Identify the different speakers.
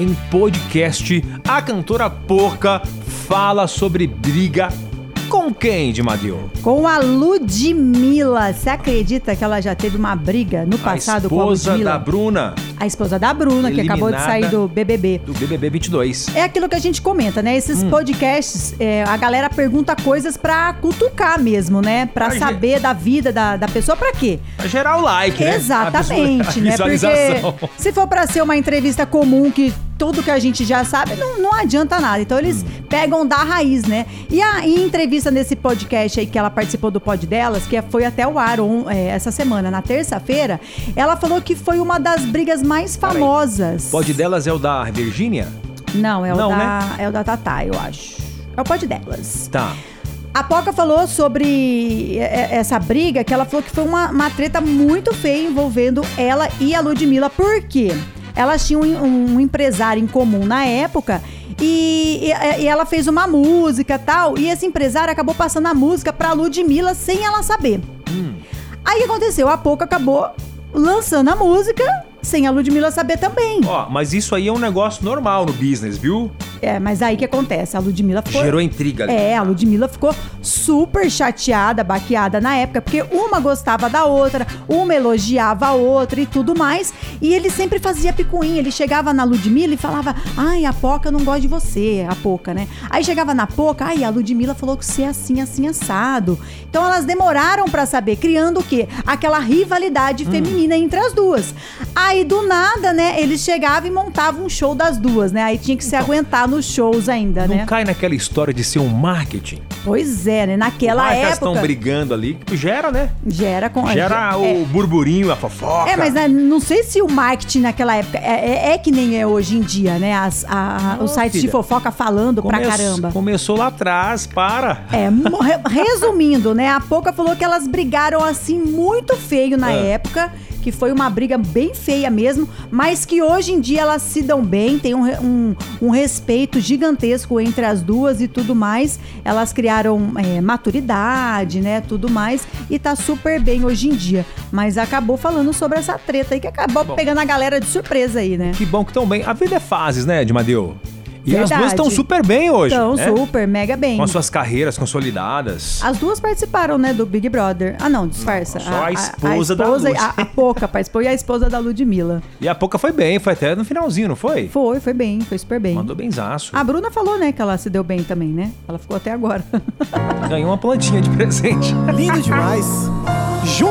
Speaker 1: em podcast, a cantora Porca fala sobre briga com quem, de Madeu?
Speaker 2: Com a Ludmilla. Você acredita que ela já teve uma briga no passado
Speaker 1: a
Speaker 2: com a
Speaker 1: esposa
Speaker 2: Ludmilla?
Speaker 1: da Bruna
Speaker 2: A esposa da Bruna, que acabou de
Speaker 1: Eliminada
Speaker 2: sair do BBB.
Speaker 1: do BBB 22.
Speaker 2: É aquilo que a gente comenta, né?
Speaker 1: Hum.
Speaker 2: Esses podcasts, é, a galera pergunta coisas pra cutucar mesmo, né? Pra
Speaker 1: Ai,
Speaker 2: saber da vida da, da pessoa, pra quê?
Speaker 1: Gerar o like, né?
Speaker 2: Exatamente,
Speaker 1: A
Speaker 2: né?
Speaker 1: visu- a visualização.
Speaker 2: Porque se for pra ser uma entrevista comum que tudo que a gente já sabe, não, não adianta nada. Então eles
Speaker 1: Hum.
Speaker 2: pegam da raiz, né? E a e entrevista nesse podcast aí que ela participou do pod delas, que foi até o ar on- é, essa semana, na terça-feira, ela falou que foi uma das brigas mais
Speaker 1: Peraí.
Speaker 2: famosas.
Speaker 1: Pode delas é o da Virgínia?
Speaker 2: Não, é o
Speaker 1: Não,
Speaker 2: da
Speaker 1: né?
Speaker 2: é o da Tatá, eu acho. É o pod delas.
Speaker 1: Tá.
Speaker 2: A Poca falou sobre e- e- essa briga, que ela falou que foi uma, uma treta muito feia envolvendo ela e a Ludmilla. Por quê? Elas tinham um, um empresário em comum na época e, e- e ela fez uma música tal. E esse empresário acabou passando a música pra Ludmilla sem ela saber. Aí o que aconteceu? A Poca acabou lançando a música sem a Ludmilla saber também.
Speaker 1: Ó, mas isso aí é um negócio normal no business, viu?
Speaker 2: É, mas aí o que acontece? A Ludmilla foi.
Speaker 1: Gerou intriga ali.
Speaker 2: É, a Ludmilla ficou super chateada, baqueada na época, porque uma gostava da outra, uma elogiava a outra e tudo mais. E ele sempre fazia picuinha. Ele chegava na Ludmilla e falava: Ai, a Poca não gosta de você, a Poca, né? Aí chegava na Poca, ai, a Ludmilla falou que você é assim, assim, assado. Então elas demoraram pra saber, criando o quê? Aquela rivalidade feminina entre as duas. Aí do nada, né, eles chegavam e montavam um show das duas, né? Aí tinha que se aguentar nos shows ainda,
Speaker 1: Não
Speaker 2: né?
Speaker 1: cai naquela história de ser um marketing.
Speaker 2: Pois é, né? Naquela
Speaker 1: Mas elas estão
Speaker 2: época.
Speaker 1: brigando ali, que gera, né?
Speaker 2: Gera com.
Speaker 1: Gera
Speaker 2: é.
Speaker 1: o burburinho, a fofoca.
Speaker 2: É, mas né, não sei se o marketing naquela época é, é- é que nem é hoje em dia, né? As- a- a- os
Speaker 1: Não,
Speaker 2: sites de
Speaker 1: filha.
Speaker 2: fofoca falando pra
Speaker 1: Come-
Speaker 2: caramba.
Speaker 1: Começou lá atrás, para.
Speaker 2: É, mo- re- resumindo, né? A Poca falou que elas brigaram assim muito feio na
Speaker 1: É.
Speaker 2: época, que foi uma briga bem feia mesmo, mas que hoje em dia elas se dão bem, tem um, re- um- um respeito gigantesco entre as duas e tudo mais. Elas criaram é, maturidade, né? Tudo mais, e tá super bem hoje em dia. Mas acabou falando sobre essa treta aí, que acabou
Speaker 1: Bom.
Speaker 2: pegando a galera de surpresa aí, né?
Speaker 1: Que bom que estão bem. A vida é fases, né, Edmadeu? E
Speaker 2: Verdade.
Speaker 1: as duas estão super bem hoje.
Speaker 2: Então,
Speaker 1: né?
Speaker 2: super, mega bem.
Speaker 1: Com as suas carreiras consolidadas.
Speaker 2: As duas participaram, né, do Big Brother. Ah, não, disfarça.
Speaker 1: Só a esposa da
Speaker 2: esposa-
Speaker 1: Lud.
Speaker 2: A, a Poca participou e a esposa da Ludmilla.
Speaker 1: E a pouca foi bem, foi até no finalzinho, não foi?
Speaker 2: Foi, foi bem, foi super bem.
Speaker 1: Mandou benzaço.
Speaker 2: A Bruna falou, né, que ela se deu bem também, né? Ela ficou até agora.
Speaker 1: Ganhou uma plantinha de presente.
Speaker 3: Lindo demais. Junto